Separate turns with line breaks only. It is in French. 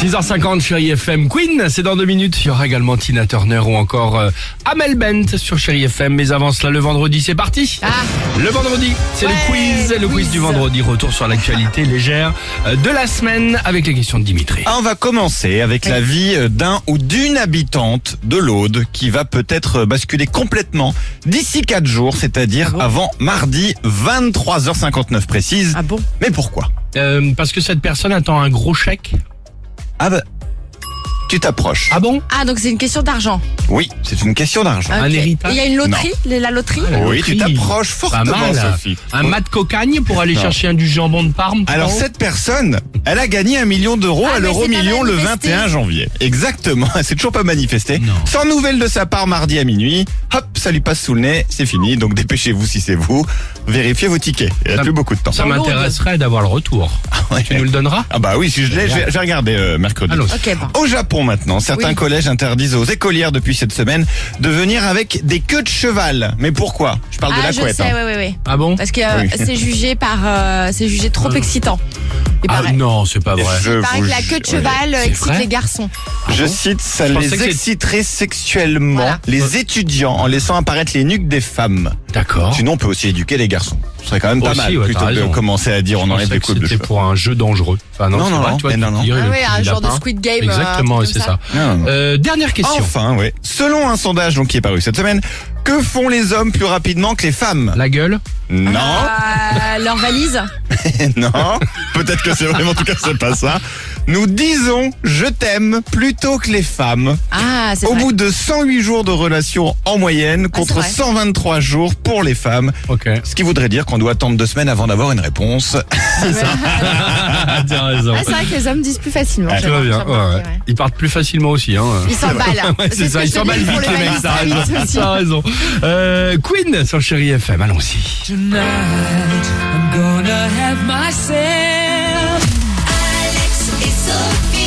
6h50 Chérie FM Queen, c'est dans deux minutes. Il y aura également Tina Turner ou encore euh, Amel Bent sur Chérie FM. Mais avant cela, le vendredi, c'est parti.
Ah.
Le vendredi, c'est
Ouais,
le quiz, le quiz
quiz.
du vendredi. Retour sur l'actualité légère euh, de la semaine avec les questions de Dimitri.
Ah, On va commencer avec la vie d'un ou d'une habitante de l'Aude qui va peut-être basculer complètement d'ici 4 jours,
Ah
c'est-à-dire avant mardi 23h59 précise.
Ah bon
Mais pourquoi
Euh, parce que cette personne attend un gros chèque.
Ah bah, tu t'approches.
Ah bon
Ah, donc c'est une question d'argent.
Oui, c'est une question d'argent.
Un
Ok.
héritage
Il y a une loterie La loterie
Ah, la
oui,
loterie.
tu t'approches
Pas
fortement,
mal.
Sophie.
Un
Oui.
mat de cocagne pour aller
Non.
chercher un du jambon de Parme. tout
Alors
en haut.
cette personne, elle a gagné un million d'euros
Ah,
à
mais
l'euro
c'est pas
million le
manifesté.
21 janvier. Exactement, c'est toujours pas manifesté.
Non.
Sans nouvelles de sa part mardi à minuit, hop, ça lui passe sous le nez, c'est fini, donc dépêchez-vous si c'est vous, vérifiez vos tickets, il n'y
Ça
a plus
m-
beaucoup de temps.
Ça
Dans l'Aude.
m'intéresserait d'avoir le retour.
Ouais.
Tu nous le donneras
Ah bah oui, si je l'ai, j'ai j'ai regardé euh, mercredi.
Allons.
Ok, bon.
Au Japon maintenant, certains
Oui.
collèges interdisent aux écolières depuis cette semaine de venir avec des queues de cheval. Mais pourquoi Je parle de
Ah,
la
je
couette.
sais,
hein.
ouais, ouais, ouais.
Ah bon
Parce que euh,
Oui.
c'est jugé par. euh, c'est jugé trop excitant. Il
Ah
paraît.
non, c'est pas vrai.
Je
Il paraît
vous
que la
ju-
queue de
ouais.
cheval euh,
C'est
excite
vrai
les garçons.
Je
bon
cite, ça
Je pensais que
les
c'est-
exciterait sexuellement
Voilà.
les étudiants en laissant apparaître les nuques des femmes.
D'accord.
Sinon, on peut aussi éduquer les garçons. Ce serait quand même pas
Aussi,
mal
ouais,
plutôt
t'as
que de
raison.
commencer à dire on enlève
pensais
des
que
coupes de
C'était
cheveux.
pour un jeu dangereux. Enfin,
Non,
c'est
non,
vrai,
non,
toi,
mais
tu
non, non.
dirais
Ah
le
oui,
petit
un genre de
lapin.
Squid Game, euh,
Exactement,
un
ouais,
truc
c'est
comme
ça.
Non, non.
Euh, dernière question.
Enfin, ouais. Selon un sondage donc, qui est paru cette semaine, que font les hommes plus rapidement que les femmes
La gueule
Non,
Euh, leur valise
non. Peut-être que c'est vraiment, en tout cas, c'est pas ça. Nous disons je t'aime plutôt que les femmes.
Ah, c'est
Au
vrai.
bout de 108 jours de relation en moyenne
Ah, c'est
contre
vrai.
123 jours pour les femmes.
Ok.
Ce qui voudrait dire qu'on doit attendre deux semaines avant d'avoir une réponse.
Ah, t'as raison.
Ah, c'est vrai que les hommes disent plus facilement.
Tu vois
j'avoue,
Ah, bien.
j'avoue,
ouais, ouais.
ouais.
Ils partent plus facilement aussi. Hein.
Ils s'emballent.
Ouais, c'est
ce
ça,
que
ils
je te
s'emballent
dis,
vite
pour
les mecs,
valise,
t'as
très
raison.
vite aussi.
T'as raison. Euh, Queen sur Chéri FM, allons-y.
Tonight, I'm gonna have myself
Alex et Sophie.